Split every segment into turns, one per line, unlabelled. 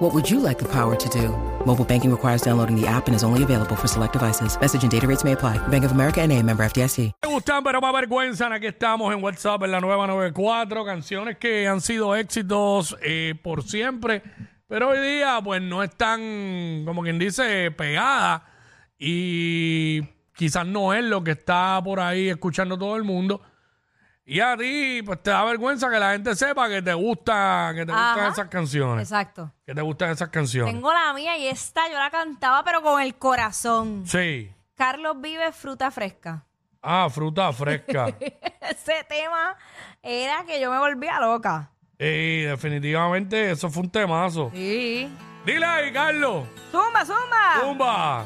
What would you like the power to do? Mobile banking requires downloading the app and is only available for select devices. Message and data rates may apply. Bank of America and a member FDIC.
Me gustan, pero para vergüenza, aquí estamos en WhatsApp en la nueva 94. Canciones que han sido éxitos eh, por siempre, pero hoy día, pues no están, como quien dice, pegadas y quizás no es lo que está por ahí escuchando todo el mundo. Y a ti, pues te da vergüenza que la gente sepa que te gusta, que te gustan
Ajá.
esas canciones.
Exacto.
Que te gustan esas canciones.
Tengo la mía y esta yo la cantaba, pero con el corazón.
Sí.
Carlos Vive Fruta Fresca.
Ah, fruta fresca.
Ese tema era que yo me volvía loca.
y definitivamente eso fue un temazo.
Sí.
Dile ahí, Carlos.
¡Zumba, zumba!
¡Tumba!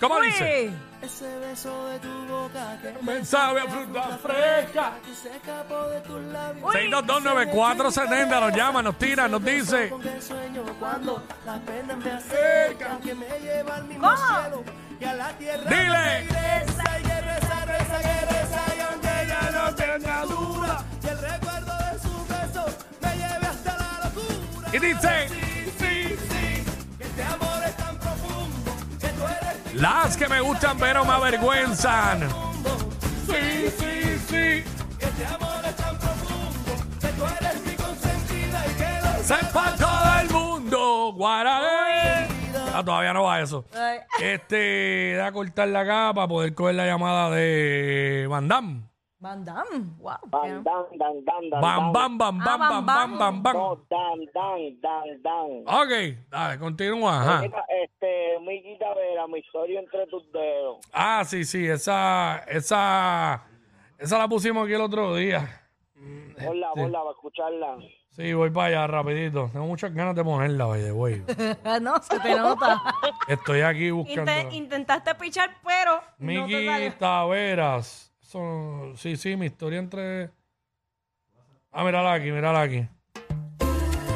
¿Cómo
Uy.
dice?
Ese beso de tu boca que
Me sabe a fruta fresca.
que se escapó de tus labios.
Uy.
6229470 nos llama, nos tira, nos dice.
Con que sueño cuando las penas me acercan, que me lleva al mismo
¿Cómo?
cielo y a la tierra.
Dile.
Reza y que reza, reza, que reza, y aunque ya no tenga duda, y el recuerdo de su beso me lleve hasta la locura.
Y dice,
Sí, sí, sí, que este amor es tan profundo, que tú eres mi
las que me gustan pero me avergüenzan.
mundo.
Sí, sí, sí.
Este amor es tan profundo que tú eres mi consentida y que lo
Sepa todo el mundo. Guararé. Ah, todavía no va eso.
Ay.
Este, da cortar la capa para poder coger la llamada de Van Damme.
Van Damme. Wow.
Bam, dam, dam, dam, dam,
Bam,
dam.
bam, bam, bam,
Ah,
bam,
bam,
bam, bam, bam.
No, dam, dam, dam, dam.
Ok, dale, continúa. Ajá.
Mira, Este, mi guitarra, mi historia entre tus dedos.
Ah, sí, sí, esa, esa, esa la pusimos aquí el otro día.
Hola, hola, para escucharla.
Sí, voy para allá rapidito. Tengo muchas ganas de ponerla, oye, voy.
no, se te nota.
Estoy aquí buscando.
Inte- intentaste pichar, pero no te
Miki
salió.
Taveras. Son- Sí, sí, mi historia entre... Ah, mírala aquí, mírala aquí.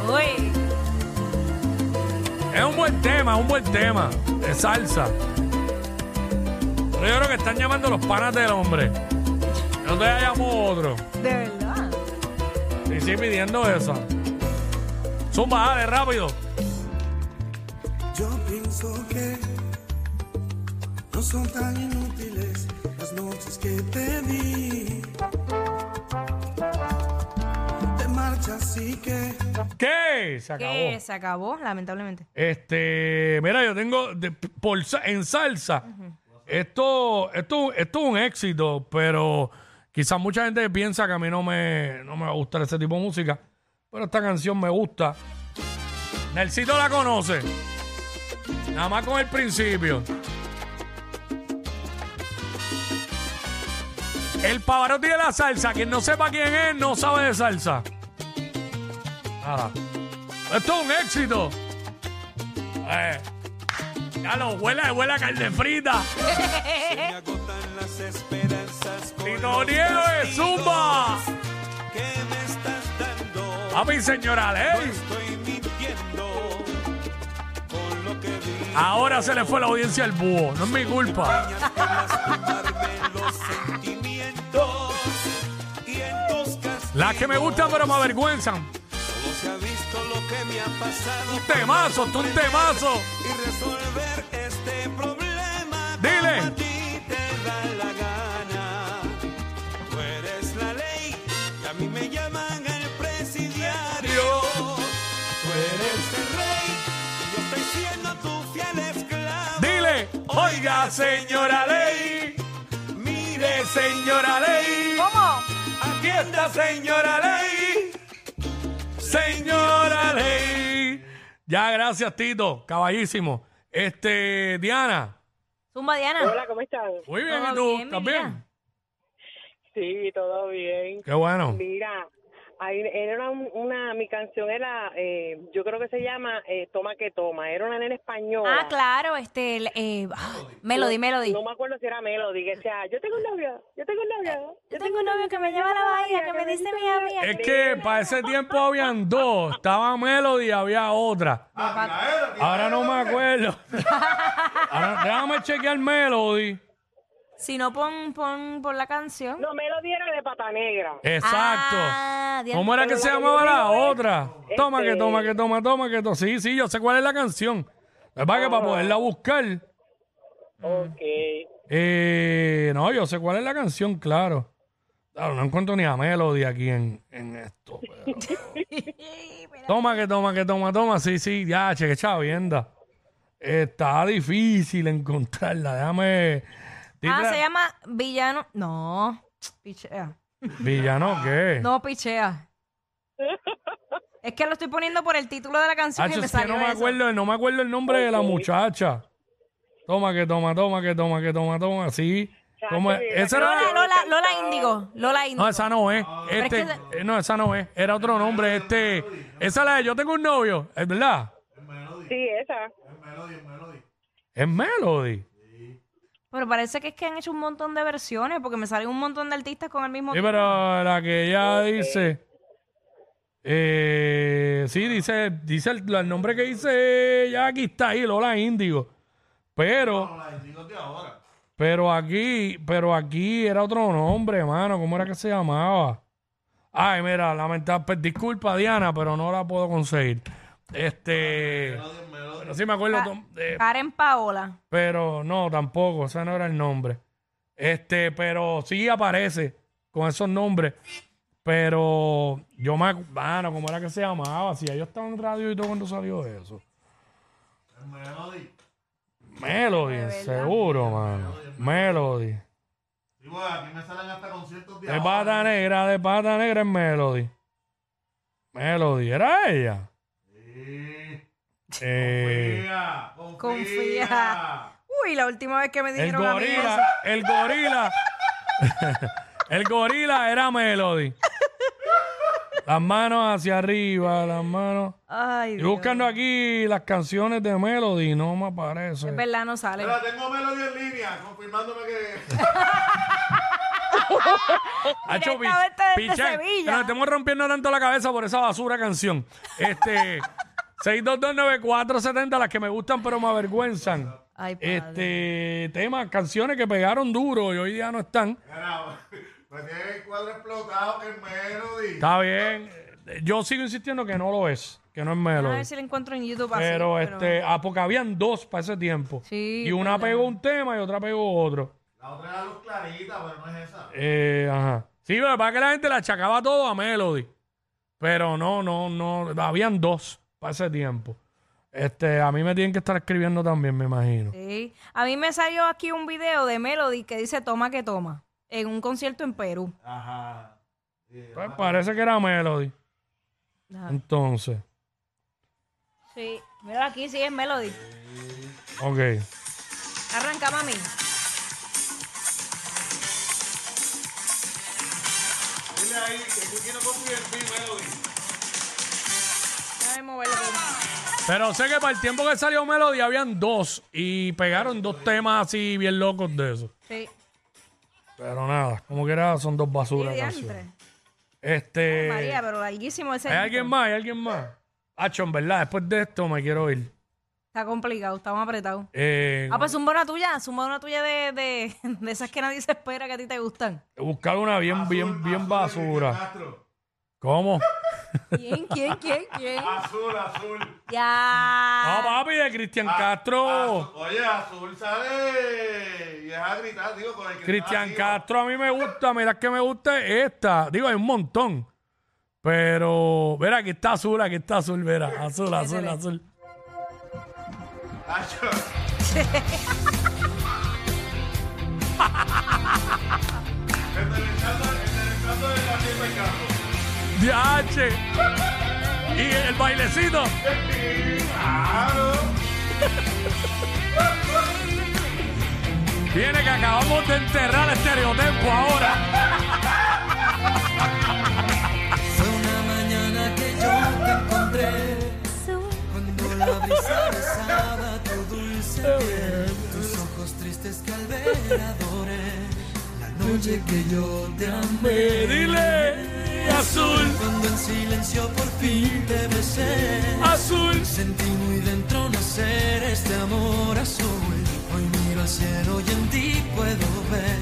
Uy.
Es un buen tema, es un buen tema. De salsa. Pero yo creo que están llamando los panas del hombre. Yo te llamo otro.
De verdad.
Sí, sí, pidiendo esa. Zumba, dale, rápido.
Yo pienso que no son tan inútiles las noches que te di. Te marchas y que
¿Qué? Se acabó.
Que se acabó, lamentablemente.
Este, mira, yo tengo de- por sa- en salsa. Esto, esto, esto es un éxito, pero quizás mucha gente piensa que a mí no me, no me va a gustar ese tipo de música. Pero esta canción me gusta. Nelsito la conoce. Nada más con el principio. El Pavarotti de la salsa. Quien no sepa quién es, no sabe de salsa. Nada. Esto es un éxito. Eh, ya lo huele, huele a carne frita.
me agotan las esperanzas con
Tito
los
Nieves,
castigos
zumba.
que me estás dando.
Papi, señora,
No
¿eh?
estoy mintiendo con lo que vi.
Ahora se le fue la audiencia al búho. No es mi culpa.
Sueñas con lastimarme los sentimientos y en tus castigos
Las que me gustan, pero me avergüenzan.
Solo se ha visto lo que me ha pasado.
Un temazo, tú un temazo.
y resolver este problema.
Dile.
como a ti te da la gana. Tú eres la ley y a mí me llaman el presidiario. Tú eres el rey y yo estoy siendo tu fiel esclavo.
Dile, oiga, señora Ley. Mire, señora Ley.
¿Cómo?
Aquí está señora Ley. Señora Ley. Ya, gracias, Tito. Caballísimo. Este, Diana.
Zumba, Diana.
Hola, ¿cómo están?
Muy bien,
Todo
¿y tú?
bien, mi
¿Estás bien?
vida.
Sí, todo bien.
Qué bueno.
Mira,
ahí era un- una, mi canción era, eh, yo creo que se llama eh, Toma que Toma, era una nena española.
Ah, claro, este, el, eh, ah, Melody, Melody.
No me acuerdo si era Melody, que decía, yo tengo un novio, yo tengo un novio.
Yo tengo un novio que me lleva a la bahía, que me dice mi amiga.
Es que para ese tiempo habían dos. Estaba Melody y había otra.
Ah,
Ahora no me acuerdo. Ahora, déjame chequear Melody.
Si no, pon, pon, pon la canción.
No, Melody era de Pata Negra.
Eh. Exacto.
Ah, diantre.
¿Cómo era que se llamaba la
pues,
otra?
este
Toma que toma, que toma, toma que toma. Sí, sí, yo sé cuál es la canción. Es para
Ah.
que para poderla buscar.
Ok.
Eh, no, yo sé cuál es la canción, claro. Claro, no encuentro ni a Melody aquí en, en esto. pero- toma, que toma, que toma, toma. Sí, sí, ya, che, qué chavienda. Está difícil encontrarla. Déjame. Estoy
Ah,
tra-
se llama Villano. No, pichea.
Villano, ¿qué?
No, pichea. Es que lo estoy poniendo por el título de la canción
Hacho,
y me
Ah, es que
salió
no me
eso.
acuerdo, no me acuerdo el nombre de la muchacha. Toma, que toma, toma, que toma, que toma, toma. Sí. Toma- Esa era
Lola, Lola, Lola Índigo. Lola Índigo.
No, esa no es. Este,
Pero es
eh, no, esa no es. Era otro nombre. Este, esa es la de Yo tengo un novio, es verdad.
Sí, esa.
Es Melody.
Pero parece que es que han hecho un montón de versiones porque me salen un montón de artistas con el mismo
Sí, pero la que ella dice. Eh, sí, dice, dice el, el nombre que dice ella aquí está ahí, Lola Índigo. Pero. Pero aquí, pero aquí era otro nombre, mano. ¿Cómo era que se llamaba? Ay, mira, lamentable. pues, Disculpa, Diana, pero no la puedo conseguir. Este. Pero sí me acuerdo. tom- eh,
Karen Paola.
pero no, tampoco, ese no era el nombre. Este, pero sí aparece con esos nombres. Pero yo me acu- mano, ¿cómo era que se llamaba? Si ellos estaban en radio y todo cuando salió eso. Melody. Melody, seguro, mano. Melody. pues, De pata negra, de pata negra es Melody. Melody, era ella. Eh, Sí.
Confía. Uy, la última vez que me
El
dijeron a mí eso.
gorila, el gorila. el gorila era Melody. Las manos hacia arriba, las manos.
Ay,
Y
Dios.
buscando aquí las canciones de Melody, no me aparece.
Es verdad, no sale.
Pero tengo Melody en línea, confirmándome que.
Hacho,
Directamente
pi-
desde
pichán.
Sevilla.
Nos estamos rompiendo tanto la cabeza por esa basura canción. Este 6229470 las que me gustan pero me avergüenzan.
Ay, padre.
Este temas, canciones que pegaron duro y hoy día no están.
Era, pues tiene el cuadro explotado que es Melody.
Está bien. Yo sigo insistiendo que no lo es, que no es
Vamos
Melo.
a ver si la encuentro en YouTube así,
pero, este, ah, porque habían dos para ese tiempo.
Sí,
y una
verdad.
pegó un tema y otra pegó otro.
La otra era luz clarita, pero no es esa.
Eh, ajá. Sí, pero para que la gente le achacaba todo a Melody. Pero no, no, no. Habían dos para ese tiempo. Este, a mí me tienen que estar escribiendo también, me imagino.
Sí. A mí me salió aquí un video de Melody que dice toma que toma en un concierto en Perú.
Ajá.
Pues parece que era Melody.
Ajá.
Entonces,
Sí. Mira aquí, sí es Melody.
ok.
Arranca, mami.
Dile ahí que yo quiero confiar en ti, Melody.
Déjame moverlo.
Pero sé que para el tiempo que salió Melody habían dos y pegaron dos temas así bien locos de eso.
Sí.
Pero nada, como quiera son dos
Y
basuras.
diantre.
canciones. Este,
María, pero larguísimo ese.
¿Hay alguien más? ¿Hay alguien más? Hacho, en verdad, después de esto me quiero ir.
Está complicado, estamos apretados.
Eh,
Ah, pues zumba una tuya, zumba una tuya de, de, de esas que nadie se espera que a ti te gustan.
buscar una bien, bien, bien basura.
Castro.
¿Cómo?
¿Quién, quién, quién, quién?
Azul, azul.
No,
Ya.
papi, de Cristian
Azul.
Castro.
Oye, azul sale. Y es a gritar, digo, con el que
Cristian
estaba activo.
Castro a mí me gusta. Mira que me gusta esta. Digo, hay un montón. Pero, verá, aquí está azul, aquí está azul, verá. Azul, azul, azul.
Nacho, Este entrevistando- entrevistando de la tienda del campo.
DH. Y el bailecito.
Claro.
Viene que acabamos de enterrar Estereotempo ahora.
Fue una
encontré cuando la brisa besaba tu dulce piel, tus ojos tristes que al ver adoré, la noche que yo te amé,
Eh, Dile azul,
cuando en silencio por fin te besé,
azul.
sentí muy dentro nacer este amor azul, hoy miro al cielo y en ti puedo ver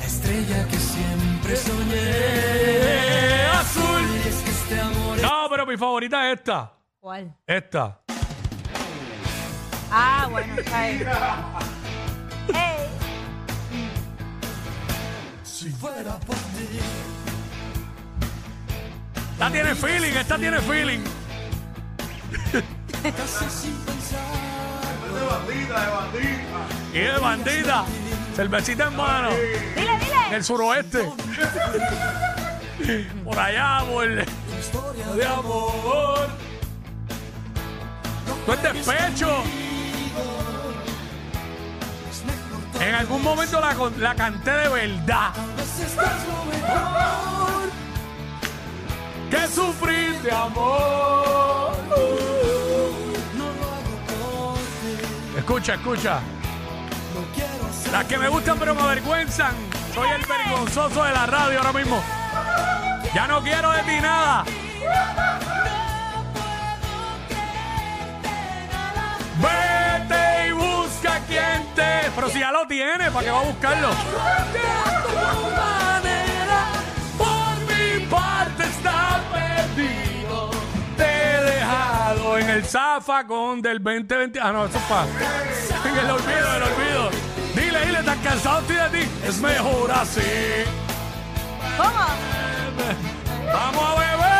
la estrella que siempre soñé, azul, y es que este amor es
Eh, No, pero mi favorita es esta.
¿Cuál?
Esta.
Ah, bueno, está ahí. Ey,
fuera por ti.
Esta tiene feeling, esta tiene feeling.
Casi sin pensar,
Y
Este
es bandita. Cervecita en mano.
dile, dile.
Del suroeste. Por allá, por
tu historia
de amor. Tú es despecho.
es mejor.
En algún momento la, con- la canté de verdad.
A veces estás lo mejor.
Que sufrir de amor.
No lo hago por ti,
Escucha, escucha.
no quiero ser
Las que me gustan pero me avergüenzan. Soy el vergonzoso de la radio ahora mismo. Ya no quiero de ti nada. Vete y busca quien te. Pero si ya lo tiene, ¿para qué va a buscarlo? Por mi parte está perdido. Te he dejado en el zafacón del 2020. Ah, no, eso es pa. En el olvido, en el olvido. Dile, dile, tan cansado estoy de ti. Es mejor así.
¿Cómo?
Vamos a beber.